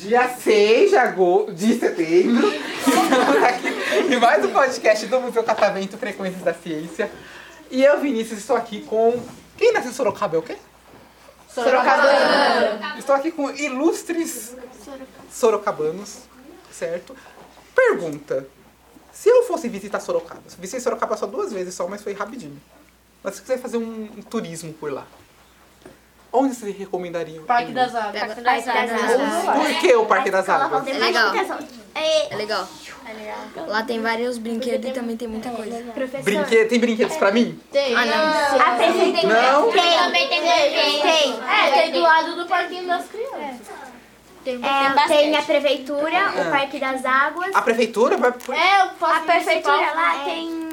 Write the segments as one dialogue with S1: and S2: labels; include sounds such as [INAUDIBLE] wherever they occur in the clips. S1: Dia 6 de, agosto, de setembro, estamos aqui em mais um podcast do Museu Catavento Frequências da Ciência. E eu, Vinícius, estou aqui com. Quem nasceu em Sorocaba é o quê? Sorocabana! Estou aqui com ilustres sorocabanos, certo? Pergunta: se eu fosse visitar Sorocaba, eu visitei Sorocaba só duas vezes só, mas foi rapidinho. Mas se quiser fazer um, um turismo por lá, onde você recomendaria?
S2: Parque
S1: ir?
S2: das Águas.
S3: Parque das Águas.
S1: Por que o Parque das Águas?
S3: É legal. É legal. Lá tem vários brinquedos e também tem muita coisa.
S1: Brinquedo, tem brinquedos pra mim?
S3: Ah, não.
S4: A Tem, tem,
S1: Não?
S4: também tem prefeito. Tem.
S2: É, tem do lado do Parquinho das Crianças.
S4: É, tem a prefeitura,
S1: É.
S4: o Parque das Águas.
S1: A prefeitura? vai-
S2: É, o
S4: A
S2: Parque
S4: prefeitura
S2: Municipal.
S4: lá é. tem.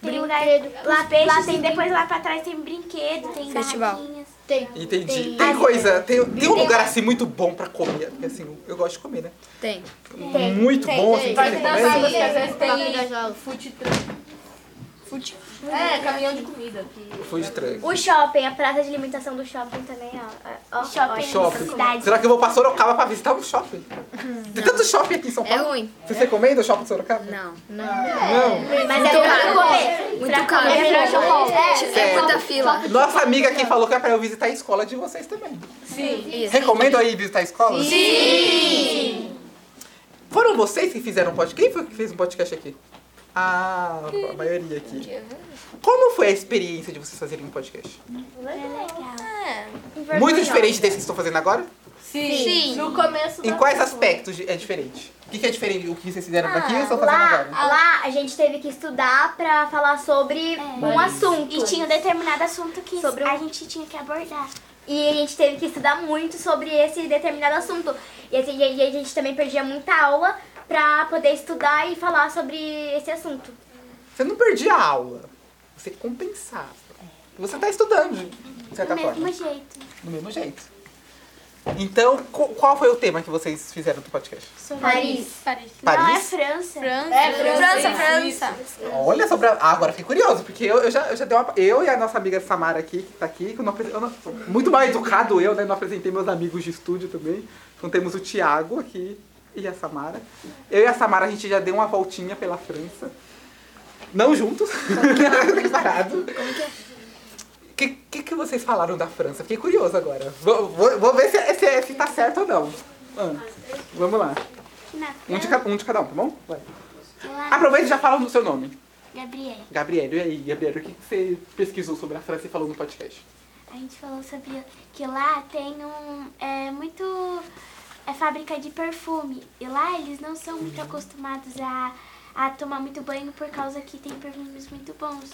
S4: Tem lugar, lá, lá tem, depois lá pra trás tem brinquedo, tem
S3: Festival.
S4: barraquinhas.
S1: Entendi. Tem,
S4: Tem.
S1: coisa, tem, tem um lugar assim muito bom pra comer. Porque assim, eu- eu gosto de comer, né?
S3: Tem.
S1: muito bom, assim, pra
S2: Parque
S1: você
S2: das
S1: comer.
S2: Águas, que às vezes tem food truck. É, caminhão de comida.
S1: Fui de trânsito.
S4: O shopping, a praça de alimentação do shopping também, ó. ó shopping,
S1: Shopping.
S4: cidade.
S1: Será que eu vou pra Sorocaba pra visitar um shopping? Tem tanto shopping aqui em São
S3: É
S1: Paulo.
S3: ruim?
S1: Você recomenda o shopping de Sorocaba?
S3: Não.
S1: Não?
S4: Mas é melhor comer.
S3: Muito caro.
S4: É melhor comer.
S3: É muita fila.
S1: Nossa amiga aqui falou que é pra eu visitar a escola de vocês também.
S3: Isso.
S1: Recomendo aí visitar a escola? Sim! Foram vocês que fizeram o podcast? Quem foi que fez um podcast aqui? Ah, a maioria aqui. Como foi a experiência de vocês fazerem um podcast?
S4: É
S1: Muito diferente desse que estão fazendo agora?
S2: Sim. No começo
S1: Em
S2: da-
S1: quais aspectos é diferente? O que que é diferente? O que vocês fizeram daqui ou estão fazendo
S4: Ah, Lá,
S1: agora?
S4: lá a gente teve que estudar pra falar sobre um assunto.
S5: É. E tinha um determinado assunto que
S4: Sobre um-
S5: a gente tinha que abordar.
S4: E a gente teve que estudar muito sobre esse determinado assunto. E assim, e a gente também perdia muita aula pra poder estudar e falar sobre esse assunto.
S1: Você não perdia a aula. Você compensava. Você está estudando, de certa
S5: Do mesmo
S1: forma.
S5: jeito.
S1: Do mesmo jeito. Então, co- qual foi o tema que vocês fizeram do podcast?
S4: Paris.
S5: Não, é
S1: Paris?
S5: França.
S2: É, França,
S1: Olha sobre a... ah, agora fiquei curioso, porque eu, eu já, eu já dei uma... Eu e a nossa amiga Samara aqui, que tá aqui, que eu não apre- eu não- muito mais educado eu, né? Não apresentei meus amigos de estúdio também. Então temos o Thiago aqui e a Samara. Eu e a Samara, a gente já deu uma voltinha pela França. Não juntos, [LAUGHS] separado. O que, que, que vocês falaram da França? Fiquei curioso agora. Vou, vou, vou ver se, se, se tá certo ou não. Ah, vamos lá.
S5: Na
S1: Um de,
S5: França,
S1: ca- um de cada um, tá bom? Vai.
S5: lá,
S1: Aproveita e já fala o seu nome.
S5: é Gabriel.
S1: Gabriel, e aí, Gabriel, o que que você pesquisou sobre a França e falou no podcast?
S5: A gente falou sobre que lá tem um. É muito. É fábrica de perfume. E lá eles não são
S1: Uhum.
S5: muito acostumados a, a tomar muito banho por causa que tem perfumes muito bons.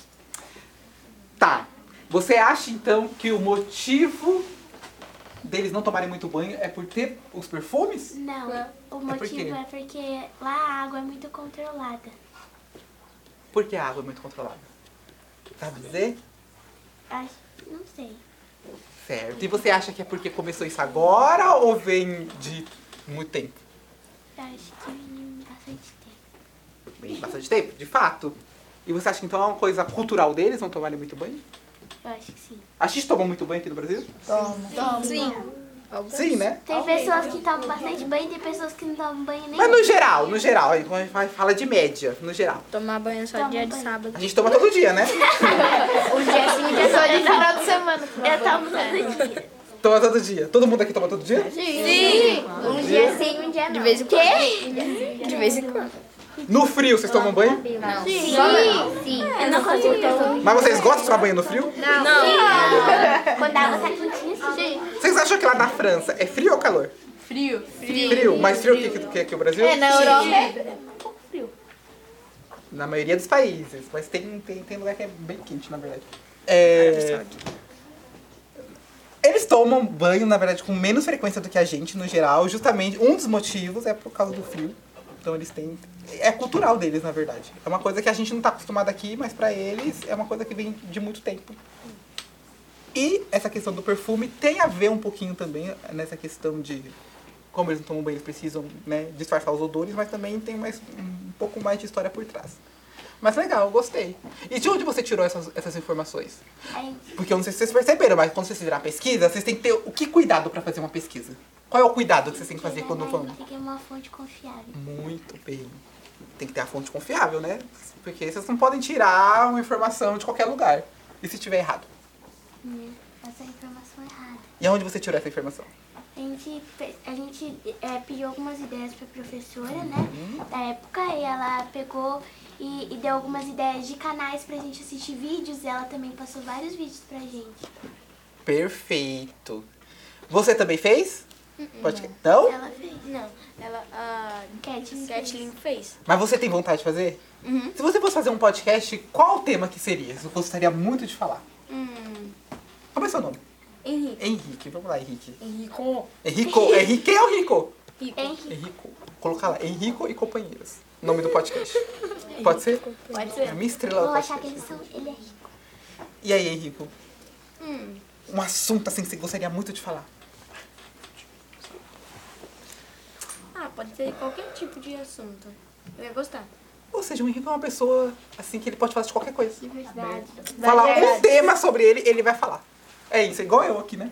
S1: Tá. Você acha então que o motivo deles não tomarem muito banho é por ter os perfumes?
S5: Não. O
S1: É por quê?
S5: motivo é porque lá a água é muito controlada.
S1: Porque a água é muito controlada. Sabe Tá dizer?
S5: Acho, não sei.
S1: Certo. E você acha que é porque começou isso agora ou vem de muito tempo?
S5: Eu acho que vem bastante tempo.
S1: Vem de bastante tempo, de fato. E você acha que então é uma coisa cultural deles não tomarem muito banho?
S5: Eu acho que sim.
S1: A gente toma muito banho aqui no Brasil?
S3: Sim.
S1: Sim, né?
S5: Tem pessoas que tomam bastante banho e tem pessoas que não tomam banho nem.
S1: Mas no geral, no geral, aí quando a gente vai- fala de média, no geral.
S3: Tomar banho só dia de sábado.
S1: A gente toma todo dia, né?
S2: É só de final de semana.
S5: Eu tomo todo dia.
S1: Toma todo dia. Todo mundo aqui toma todo dia?
S4: Um dia sim, um dia não.
S3: De vez em quando. De vez em quando.
S1: No frio, vocês tomam banho?
S5: Eu não consigo tomar.
S1: Mas vocês gostam de tomar banho no frio?
S5: Quando a água tá quentinha, sim.
S1: Vocês acham que lá na França é frio ou calor?
S2: Frio.
S1: Frio. Mais frio que, que, que aqui o Brasil?
S2: É, na Europa.
S1: Na maioria dos países. Mas tem, tem, tem lugar que é bem quente, na verdade. É... Eles tomam banho, na verdade, com menos frequência do que a gente, no geral. Justamente, um dos motivos é por causa do frio. Então eles têm... É cultural deles, na verdade. É uma coisa que a gente não tá acostumado aqui, mas pra eles é uma coisa que vem de muito tempo. E essa questão do perfume tem a ver um pouquinho também nessa questão de como eles não tomam banho, eles precisam né, disfarçar os odores, mas também tem mais um pouco mais de história por trás. Mas legal, eu gostei. E de onde você tirou essas, essas informações?
S5: Aí,
S1: Porque eu não sei se vocês perceberam, mas quando vocês fizeram a pesquisa, vocês têm que ter o que cuidado pra fazer uma pesquisa? Qual é o cuidado que vocês têm que fazer quando vão?
S5: Peguei uma fonte confiável.
S1: Muito bem. Tem que ter a fonte confiável, né? Porque vocês não podem tirar uma informação de qualquer lugar. E se tiver errado?
S5: Né? Essa informação errada.
S1: E aonde você tirou essa informação?
S5: A gente, pe- a gente é, pediu algumas ideias pra professora, né?
S1: Uhum.
S5: Da época, e ela pegou e, e deu algumas ideias de canais pra gente assistir vídeos. E ela também passou vários vídeos pra gente.
S1: Perfeito. Você também fez?
S2: Uhum.
S1: Pode que- não?
S5: Ela fez.
S2: Não, ela. ah, A
S5: Kathleen
S2: Kathleen fez.
S1: Mas você tem vontade de fazer?
S2: Uhum.
S1: Se você fosse fazer um podcast, qual o tema que seria? Eu gostaria muito de falar.
S2: Hum.
S1: Como é seu nome?
S2: Henrique.
S1: Henrique. Vamos lá, Henrique.
S2: Henrico. [LAUGHS]
S1: Henrico. Henrique é o Rico?
S2: Rico.
S5: Henrique.
S1: Henrico. Vou colocar lá. Henrico e companheiros. Nome do
S2: [LAUGHS]
S1: podcast. Pode ser?
S2: Pode
S1: É a
S2: ser.
S1: minha estrela do
S5: Vou achar que
S1: podcast.
S5: eles são. Ele é rico.
S2: é.
S1: E aí, Henrico?
S2: Hum.
S1: Um assunto assim que você gostaria muito de falar.
S2: Ah, pode ser qualquer tipo de assunto. Eu ia gostar.
S1: Ou seja, o Henrico é uma pessoa assim que ele pode falar de qualquer coisa.
S5: Verdade.
S1: falar um
S2: Variedades.
S1: tema sobre ele, ele vai falar. É isso, igual eu aqui, né?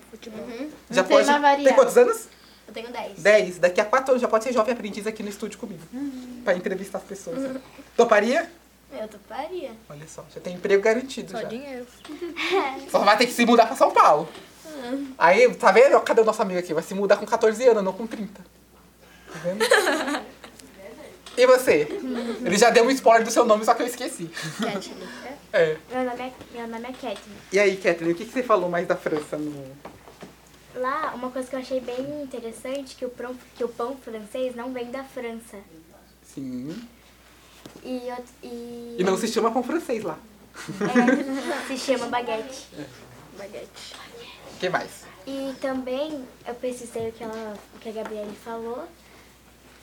S1: Já
S2: Um
S1: pode.
S2: tema variado.
S1: Tem quantos anos?
S2: Eu tenho 10.
S1: 10. Daqui a 4 anos já pode ser jovem aprendiz aqui no estúdio comigo. Pra entrevistar as pessoas. né? Toparia?
S2: Uhum. Eu toparia.
S1: Olha só, já tem emprego garantido
S3: Só
S1: já.
S3: dinheiro.
S1: Só vai ter que se mudar pra São Paulo. Aí, tá vendo? Cadê o nosso amigo aqui? Vai se mudar com 14 anos, não com 30. Tá [LAUGHS] vendo? e você? Ele já deu um spoiler do seu nome, só que eu esqueci. [LAUGHS]
S2: Kathleen.
S1: É.
S4: Meu nome é, meu nome é Kathleen.
S1: E aí, Kathleen, o que, que você falou mais da França no.
S4: Lá, uma coisa que eu achei bem interessante, que o pão, que o pão francês não vem da França.
S1: Sim.
S4: E, eu- e,
S1: E não
S5: [LAUGHS]
S1: se chama pão francês lá.
S4: é, se chama baguete.
S2: Baguete.
S1: O que mais?
S4: E também eu pesquisei o que, ela, o que a Gabriele falou.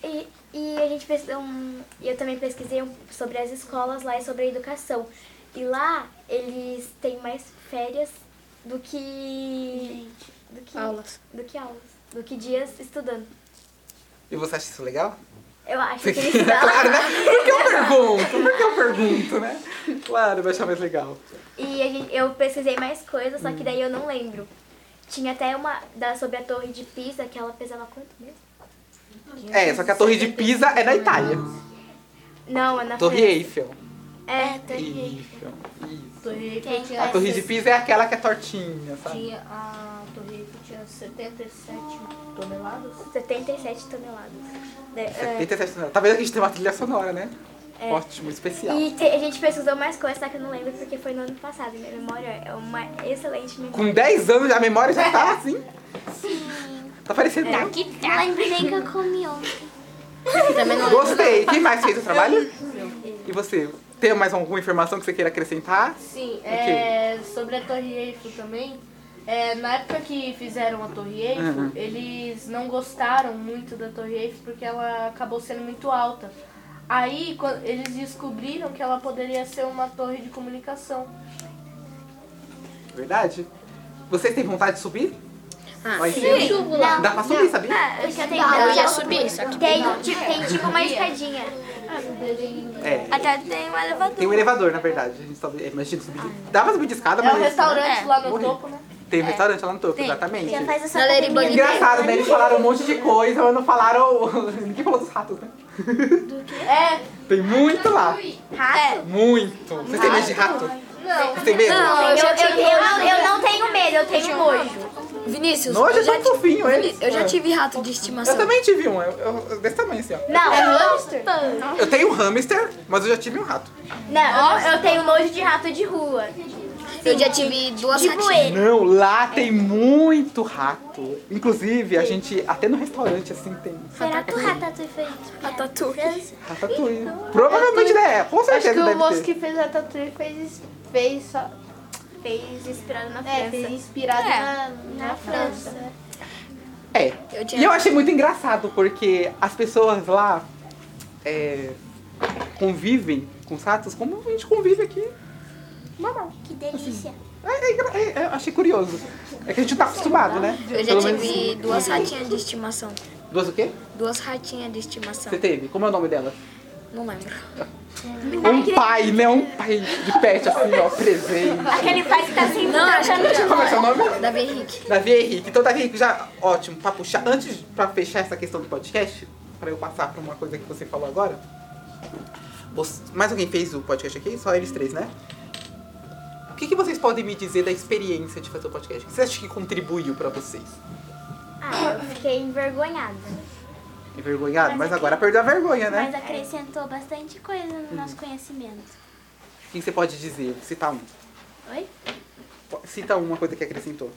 S4: E, e a gente pesquisou um, e eu também pesquisei um- sobre as escolas lá e sobre a educação. E lá eles têm mais férias do que. Do que
S3: Aulas.
S4: Do que aulas. Do que dias estudando.
S1: E você acha isso legal?
S4: Eu acho
S1: [LAUGHS]
S4: que eles dão.
S1: claro, né? Por que eu pergunto? Por que eu pergunto, né? Claro, vai achar mais legal.
S4: E a gente- eu pesquisei mais coisas,
S1: Hum.
S4: só que daí eu não lembro. Tinha até uma da, sobre a torre de Pisa, que ela pesava quanto mesmo?
S1: É, só que a Torre de Pisa é na Itália.
S4: Não, é na
S1: Torre
S4: França.
S1: Eiffel.
S4: É,
S1: Eiffel. Isso.
S2: Torre
S5: Quem?
S2: tinha.
S1: A Torre de Pisa é aquela que é tortinha, sabe?
S2: Tinha a Torre que tinha 77 toneladas.
S4: 77 toneladas. De- é.
S1: 77 toneladas. Talvez a gente tenha uma trilha sonora, né?
S4: É.
S1: Ótimo, especial.
S4: E te- a gente pesquisou mais coisas, só que eu não lembro porque foi no ano passado. Minha memória é uma excelente memória.
S1: Com 10 anos a memória já tá assim. Tá parecendo. eu.
S5: Não lembro nem que eu comi ontem.
S1: Gostei. Quem mais fez o trabalho? E você? Tem mais alguma informação que você queira acrescentar?
S2: Sim, é, sobre a Torre Eiffel também. é, na época que fizeram a Torre Eiffel,
S1: Uhum.
S2: eles não gostaram muito da Torre Eiffel porque ela acabou sendo muito alta. Aí quan- eles descobriram que ela poderia ser uma torre de comunicação.
S1: Verdade? Vocês têm vontade de subir?
S3: Ah,
S1: Vai
S3: eu
S1: ser?
S3: subo lá.
S1: Dá pra subir, sabia?
S4: Ah, Eu já tenho
S3: Eu ia subir isso aqui.
S4: Tem,
S5: é.
S4: tipo, tem tipo uma escadinha.
S1: É.
S3: Até tem um elevador.
S1: Tem um elevador, na verdade. A gente sobe, é, imagina subir. de- Dá pra subir de escada,
S2: É
S1: mas.
S2: um restaurante
S3: É,
S2: lá no
S1: morri.
S2: topo, né?
S1: Tem um restaurante lá no topo, exatamente.
S5: Já faz essa
S3: Galera, e
S5: academia.
S3: banheiro.
S1: Engraçado, né? Eles falaram um monte de coisa, mas não falaram. [LAUGHS] Ninguém falou dos ratos, né?
S2: É,
S1: Tem muito lá.
S6: É.
S3: Rato?
S1: Muito. Vocês têm medo de rato?
S2: não.
S1: Vocês têm medo?
S3: Não,
S4: Eu,
S3: eu já
S4: eu,
S3: tive
S4: eu- eu
S2: É
S4: não tenho medo, eu tenho nojo.
S3: Vinícius,
S1: Nojo é
S3: eu já
S1: tão fofinho, ele.
S3: tive- eu já tive rato de estimação.
S1: Eu também tive um, eu- eu- desse tamanho assim, ó.
S4: Não,
S1: Eu tenho um hamster, mas eu já tive um rato.
S4: não, eu tenho nojo de rato de rua.
S3: Eu já tive duas
S4: Tipo
S3: ratinhas.
S6: É.
S4: ele.
S1: Não, lá tem muito rato. Inclusive, a gente, até no restaurante, assim, tem
S5: Será que o Ratatouille foi
S3: A tatu.
S1: ratatouille. Provavelmente, né? Com
S6: Então, é, Acho que
S1: certeza
S6: o
S1: deve
S6: moço
S1: ter.
S6: que fez a tatuagem fez, fez só.
S4: Fez inspirado na
S6: É, fez
S4: França.
S6: inspirado
S3: É,
S6: na, na, França.
S1: É.
S3: Eu tinha-
S1: E eu achei muito engraçado, porque as pessoas lá é, convivem com os ratos como a gente convive aqui.
S5: Que delícia.
S1: É, é engra- é- é- eu achei curioso. É que a gente não tá acostumado, né?
S3: Eu já
S1: Pelo menos-
S3: tive duas ratinhas de estimação.
S1: Duas o quê?
S3: Duas ratinhas de estimação.
S1: Você teve? Como é o nome dela?
S3: Não lembro.
S1: Um pai, né? Um pai de pet, assim, ó, presente.
S3: [LAUGHS]
S5: Aquele pai que tá sempre
S3: Não, acho que não tinha.
S1: Como é seu nome?
S3: Davi Henrique.
S1: Davi Henrique. Então, Davi Henrique, já ótimo, pra puxar, antes pra fechar essa questão do podcast, pra eu passar pra uma coisa que você falou agora. Você- mais alguém fez o podcast aqui? Só eles três, né? O que, que vocês podem me dizer da experiência de fazer o podcast? O que vocês acham que contribuiu pra vocês?
S4: Ah, eu fiquei envergonhada.
S1: Envergonhado?
S5: Mas
S1: Mas
S5: é
S1: agora perdeu a vergonha, né?
S5: Mas é acrescentou bastante coisa no nosso conhecimento.
S1: O que você pode dizer? Cita um.
S5: Oi?
S1: Cita uma coisa que acrescentou.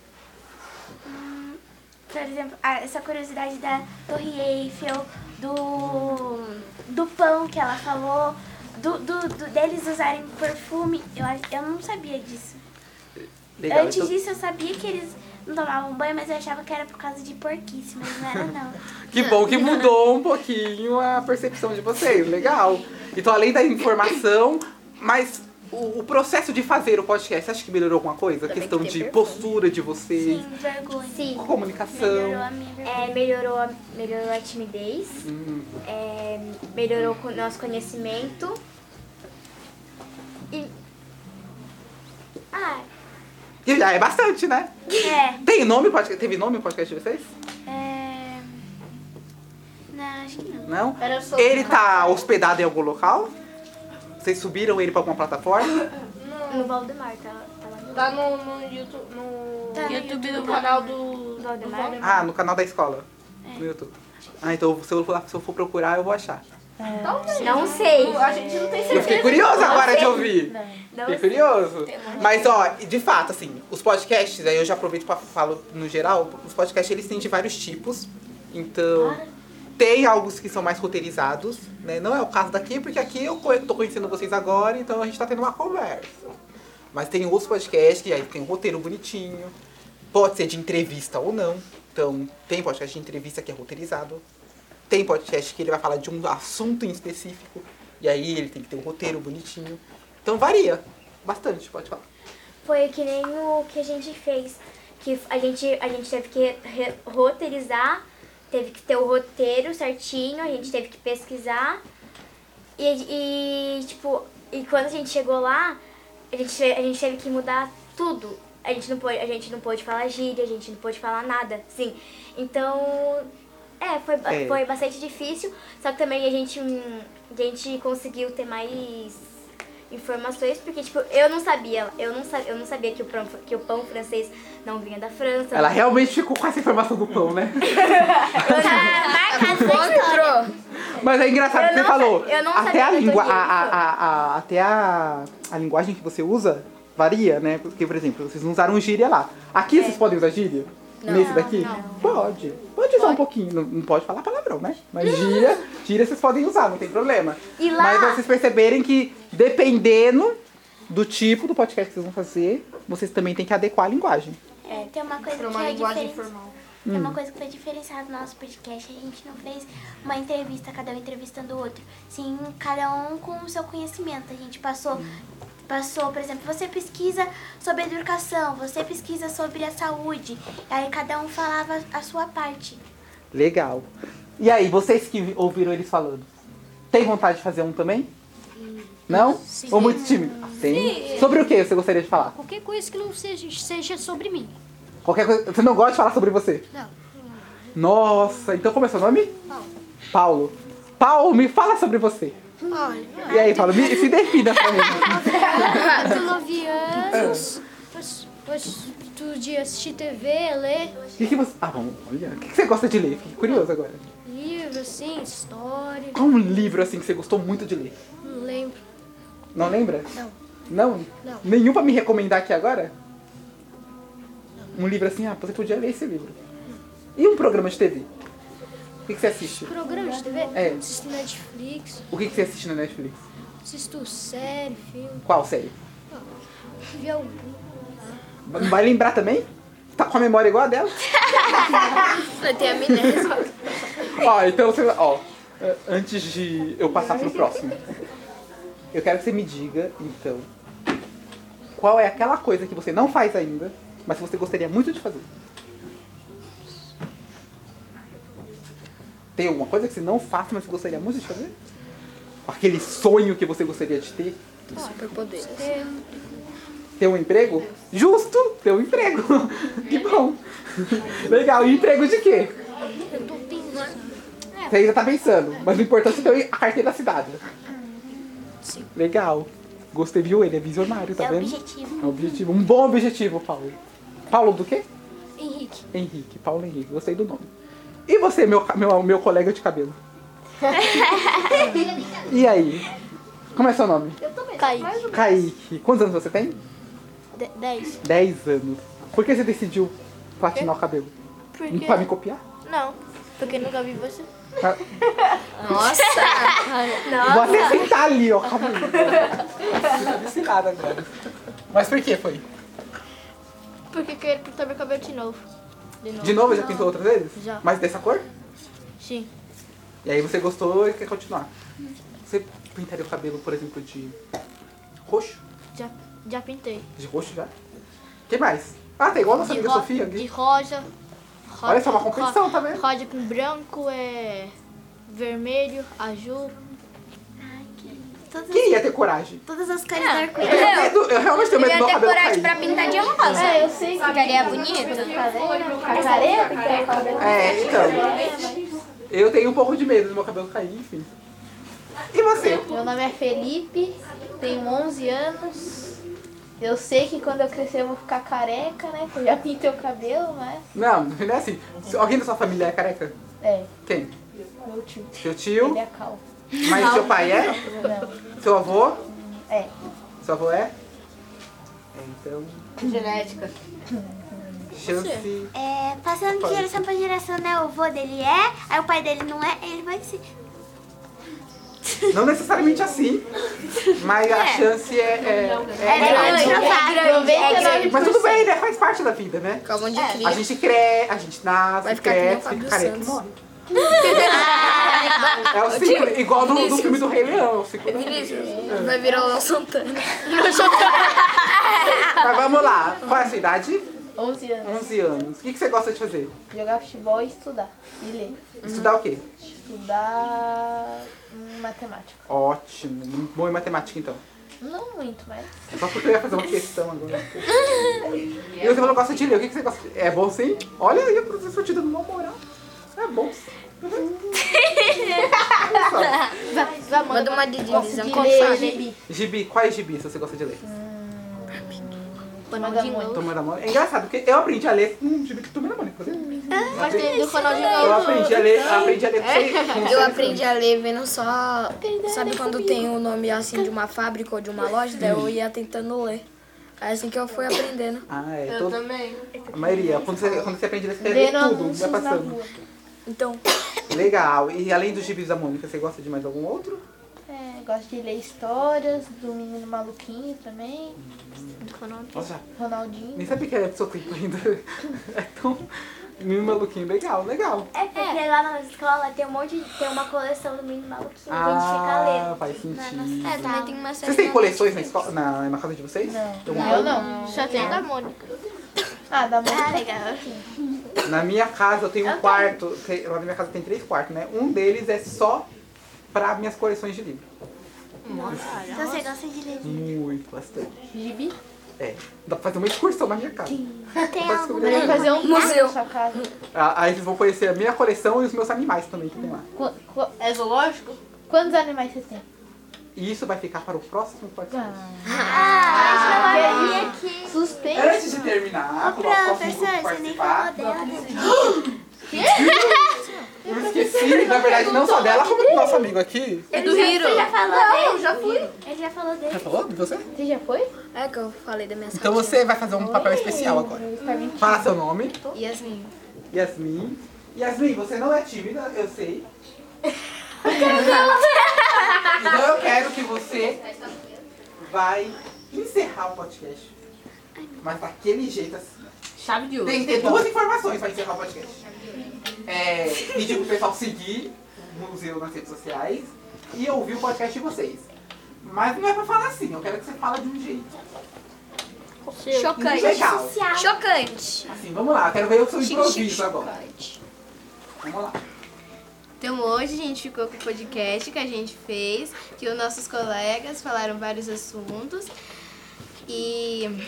S5: Por exemplo, a- essa curiosidade da Torre Eiffel, do, do pão que ela falou, do, do, do- deles usarem perfume, eu, ach- eu não sabia disso.
S1: Legal.
S5: Antes
S1: então-
S5: disso eu sabia que eles não tomavam banho, mas eu achava que era por causa de porquice, mas não
S1: [LAUGHS]
S5: era não.
S1: Que bom que mudou um pouquinho a percepção de vocês, legal. Então, além da informação, mas o, o processo de fazer o podcast, você acha que melhorou alguma coisa? a
S3: Também
S1: questão
S3: que tem
S1: de
S3: perfume.
S1: postura de vocês,
S5: Sim, vergonha.
S4: Sim,
S5: Melhorou
S1: comunicação.
S5: a minha vergonha.
S4: é, melhorou, a- melhorou a timidez,
S1: Hum,
S4: é, melhorou o nosso conhecimento. E. Ah,
S1: E já é bastante, né?
S5: É,
S1: Tem nome o podcast? Teve nome o podcast de vocês?
S5: é... Não, acho que não.
S1: Não?
S2: Era só-
S1: Ele tá hospedado em algum local? Vocês subiram ele pra alguma plataforma?
S4: no Valdemar, tá, tá lá no
S2: Tá no, no YouTube, no
S5: Tá no
S2: YouTube
S5: YouTube
S2: do
S5: do
S2: canal do
S4: Valdemar.
S2: do Valdemar.
S1: Ah, no canal da escola. No YouTube. Ah, então se eu, for- se eu for procurar, eu vou achar.
S2: Talvez.
S4: Não sei.
S2: A gente não tem certeza.
S1: Eu fiquei curioso agora de ouvir.
S4: Não
S1: Fiquei curioso. Mas, ó, de fato, assim, os podcasts, aí eu já aproveito pra falo no geral, os podcasts eles têm de vários tipos. Então, tem alguns que são mais roteirizados, né? Não é o caso daqui, porque aqui eu co- tô conhecendo vocês agora, então a gente tá tendo uma conversa. Mas tem outros podcasts que aí tem um roteiro bonitinho. Pode ser de entrevista ou não. Então, tem podcast de entrevista que é roteirizado. Tem podcast que ele vai falar de um assunto em específico. E aí ele tem que ter um roteiro bonitinho. Então varia bastante, pode falar.
S4: Foi que nem o que a gente fez. Que a gente, a gente teve que re- roteirizar, teve que ter o roteiro certinho, a gente teve que pesquisar. E, e, tipo, e quando a gente chegou lá, a gente, te- a gente teve que mudar tudo. A gente não pôde, a gente não pôde falar gíria, a gente não pôde falar nada, sim. Então, é, foi, ba-
S1: É.
S4: foi bastante difícil, só que também a gente, hum, a gente conseguiu ter mais informações, porque, tipo, eu não sabia, eu não, sa eu não sabia que o, pão, que o pão francês não vinha da França. Ah,
S1: Ela realmente ficou com essa informação do pão, né?
S3: Encontrou.
S1: Mas é engraçado, que você
S4: não
S1: falou.
S4: sa- eu não
S1: até
S4: sabia
S1: a
S4: que eu tô
S1: língua, a,
S4: rindo.
S1: a, a- a- até a, a linguagem que você usa varia, né? Porque, por exemplo, vocês não usaram gíria lá. Aqui
S4: É.
S1: vocês podem usar gíria? Nesse daqui? Pode. Pode usar um pouquinho. Não, não pode falar palavrão, né? Mas gíria, gíria vocês podem usar, não tem problema.
S4: E lá-
S1: Mas vocês perceberem que dependendo do tipo do podcast que vocês vão fazer, vocês também têm que adequar a linguagem.
S5: É, tem uma coisa
S2: Pra
S5: que
S2: uma
S5: é
S2: linguagem
S5: diferente.
S2: informal.
S5: Tem uma coisa que foi diferenciada no nosso podcast. A gente não fez uma entrevista, cada um entrevistando o outro. Sim, cada um com o seu conhecimento. A gente passou, passou, por exemplo, você pesquisa sobre a educação, você pesquisa sobre a saúde. Aí cada um falava a sua parte.
S1: Legal. E aí, vocês que ouviram eles falando, tem vontade de fazer um também?
S7: Hum,
S1: Não? Ou muito tímido? Tem. Sobre o que você gostaria de falar?
S7: Qualquer coisa que não seja, seja sobre mim.
S1: Qualquer coisa. Você não gosta de falar sobre você?
S7: Não.
S1: Nossa, então como é seu nome? Paulo. Paulo. Paulo, me fala sobre você. E aí, Paulo, me, se defina pra mim.
S7: Eu tenho 9
S1: É.
S7: anos, gosto- gosto de assistir TV, ler
S1: O que, que você. Ah, vamos, olha. O que, que você gosta de ler? Fiquei curioso agora.
S7: livro, assim, história,
S1: Qual um livro assim que você gostou muito de ler?
S7: não lembro.
S1: Não lembra?
S7: Não.
S1: Não?
S7: Não.
S1: Nenhum pra me recomendar aqui agora? Um livro assim, ah, você podia ler esse livro. E um programa de TV? O que, que você assiste?
S7: Programa de TV?
S1: É.
S7: Assisto Netflix,
S1: O que, que você assiste na Netflix?
S7: assisto série, filme,
S1: Qual série?
S7: vi algum.
S1: Vai lembrar também? Tá com a memória igual a dela?
S3: Eu tenho amnésia.
S1: Ó, então você. Ó, eh, antes de eu passar pro próximo, eu quero que você me diga, então, qual é aquela coisa que você não faz ainda, mas que você gostaria muito de fazer? Tem alguma coisa que você não faz, mas que gostaria muito de fazer? aquele sonho que você gostaria de ter?
S3: Superpoderes.
S1: Ter um emprego? Justo! Ter um emprego! [LAUGHS] Que bom! Legal, e emprego de quê?
S7: Eu tô pensando.
S1: Você ainda tá pensando, mas o importante é ter a carteira assinada.
S3: Sim.
S1: Legal. Gostei, viu? Ele é visionário, tá
S5: É o
S1: vendo?
S5: objetivo.
S1: É um objetivo. Um bom objetivo, Paulo. Paulo do quê?
S7: Henrique.
S1: Henrique. Paulo Henrique. Gostei do nome. E você, meu, ca- meu, meu colega de cabelo? e aí? Como é seu nome?
S6: Kaique.
S1: Kaique. Quantos anos você tem?
S6: 10.
S1: 10 anos. Por que você decidiu platinar o cabelo?
S6: Porque.
S1: Pra me copiar?
S6: Não, porque nunca vi você.
S1: Pra-
S3: Nossa!
S1: Vou até sentar ali, ó. Calma aí. Sem nada agora. Mas por que foi?
S6: Porque eu quero pintar meu cabelo de novo.
S1: De novo, já pintou outras vezes?
S6: Já.
S1: Mas dessa cor?
S6: Sim.
S1: E aí você gostou e quer continuar. Você pintaria o cabelo, por exemplo, de roxo?
S6: Já, já pintei.
S1: De roxo já? que mais? Ah, tá igual a nossa
S6: De,
S1: amiga
S6: ro
S1: Sofia.
S6: de
S1: ali.
S6: rosa.
S1: Olha só, uma
S6: rosa-
S1: competição, tá vendo?
S6: Rosa com branco é vermelho, azul.
S5: Todas,
S1: Quem ia ter coragem?
S5: todas as cores da arco-íris.
S1: Eu, tenho medo, eu realmente tenho
S3: Eu
S1: medo do meu
S3: ia ter
S1: cabelo
S3: coragem
S1: cair.
S3: pra pintar de rosa. É, eu sei. Ficaria bonito.
S6: né?
S1: É, então. Eu tenho um pouco de medo do meu cabelo cair, enfim. E você?
S6: Meu nome é Felipe, tenho 11 anos. Eu sei que quando eu crescer eu vou ficar careca, né? Porque eu já pintei o cabelo, mas.
S1: Não, não é assim. Se Alguém da sua família é careca?
S6: É,
S1: Quem?
S6: meu tio.
S1: Seu
S6: Ele
S1: tio?
S6: é calvo.
S1: Mas seu pai é?
S6: Não,
S1: Seu avô?
S6: é.
S1: Seu avô é? É, Então,
S3: Genética.
S1: chance.
S5: É, passando de geração pra geração, né? O avô dele é, aí o pai dele não é, ele vai ser.
S1: Não necessariamente assim, mas a chance é. é, é-
S5: grande,
S1: é- mas tudo bem, né? Faz parte da vida, né?
S3: Acabam de
S1: A
S3: cria.
S1: gente cresce, a gente nasce,
S3: Vai ficar que nem o
S1: cresce,
S3: Fábio
S1: fica careca e
S3: Santos. [LAUGHS]
S1: morre. É o ciclo, igual do, do filme do Rei Leão, é o ciclo da vida.
S3: Vai virar o Léo Santana.
S1: [LAUGHS] Mas vamos lá, qual é a sua idade?
S6: 11 anos.
S1: 11 anos. O que, que você gosta de fazer?
S6: Jogar futebol e estudar. E ler.
S1: Estudar o quê?
S6: Estudar hum, matemática.
S1: Ótimo, muito bom em matemática então.
S6: Não muito, mas.
S1: É só porque eu ia fazer uma questão agora. E você falou que gosta de ler, o que que você gosta de... É bom sim? Olha aí, o professor te dando uma moral. É bom sim. Olha só.
S6: Vai, vai,
S3: Manda uma de
S6: Gosto
S3: divisão.
S6: de
S3: Qual
S6: ler,
S3: sabe?
S6: gibi.
S1: Gibi, quais gibis você gosta de ler?
S6: Manda muito.
S1: Turma da Mônica. É engraçado, porque eu aprendi a ler um gibi que Turma da Mônica. inclusive.
S6: Mas tem do Ronaldinho
S1: Eu
S6: Gaúcho.
S1: aprendi a ler, eu aprendi a ler com
S3: Eu aprendi a ler vendo só. Sabe quando tem o nome assim de uma fábrica ou de uma loja? Daí eu ia tentando ler. Aí assim que eu fui aprendendo.
S1: Ah, é. todo-
S3: também.
S1: A maioria. Quando você, quando você aprende a escrever tudo,
S6: Lendo
S1: vai
S6: anúncios na
S1: passando.
S6: rua.
S3: Então,
S1: Legal. E além dos gibis da Mônica, você gosta de mais algum outro?
S6: É, gosto de ler histórias do menino maluquinho também. Do Ronaldinho.
S1: Nossa, nem
S6: Ronaldinho.
S1: sabia que era do seu tempo ainda. [LAUGHS] É tão meio maluquinho. Legal, legal.
S4: É porque lá na escola tem um monte de. tem uma coleção do menino maluquinho que a gente fica
S1: Ah,
S4: lendo.
S1: faz
S4: É,
S1: sentido.
S4: também
S3: tem uma
S1: Vocês têm coleções na, escola, na, na casa de vocês? um
S6: Não.
S1: Eu-
S6: Eu não. Só tem da Mônica. Ah, da Mônica.
S1: Na minha casa eu tenho um quarto. tem- Lá na minha casa tem três quartos, né? Um deles é só pra minhas coleções de livro.
S5: Então você gosta de ler.
S1: Muito, bastante.
S6: Gibi.
S1: É. Dá pra fazer uma excursão na minha casa.
S5: Tem
S1: Pode
S5: algum
S1: escrever.
S6: Tem que fazer um museu
S3: Museu.
S6: na sua casa.
S1: Ah, Aí vocês vão conhecer a minha coleção e os meus animais também que tem lá.
S6: Qu- qu- É zoológico? Quantos animais você tem?
S1: E isso vai ficar para o próximo podcast.
S5: Ah, que aqui.
S6: Suspeito.
S1: Antes de terminar, o nosso próximo
S5: Professor,
S1: grupo
S5: você nem falou
S1: participar.
S5: dela. né? [GASPS]
S1: Eu esqueci, na verdade, não só dela, como do nosso amigo aqui.
S3: é do Hiro.
S5: Falou dele. Ele já falou dele.
S1: Já falou de você?
S6: Você já foi?
S3: É que eu falei da minha sala.
S1: Então você vai fazer um papel especial agora. Fala seu nome.
S3: E assim,
S1: Yasmin. Yasmin, você não é tímida, eu sei. então eu quero que você vai encerrar o podcast. Mas daquele jeito assim.
S3: chave de
S1: Tem que ter duas informações para encerrar o podcast. É, pedir pro pessoal seguir o museu nas redes sociais e ouvir o podcast de vocês. Mas não é pra falar assim, eu quero que você fale de um jeito.
S3: Chocante.
S1: Legal.
S3: Chocante.
S1: Assim, vamos lá, eu quero ver o seu improviso agora. Vamos lá.
S6: Então hoje a gente ficou com o podcast que a gente fez, que os nossos colegas falaram vários assuntos. E.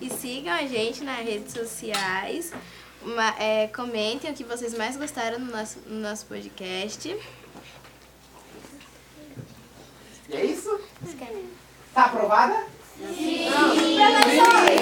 S6: E sigam a gente nas redes sociais. Uma- é, comentem o que vocês mais gostaram no nosso, no nosso podcast.
S1: E é isso? Tá aprovada? Sim! Sim.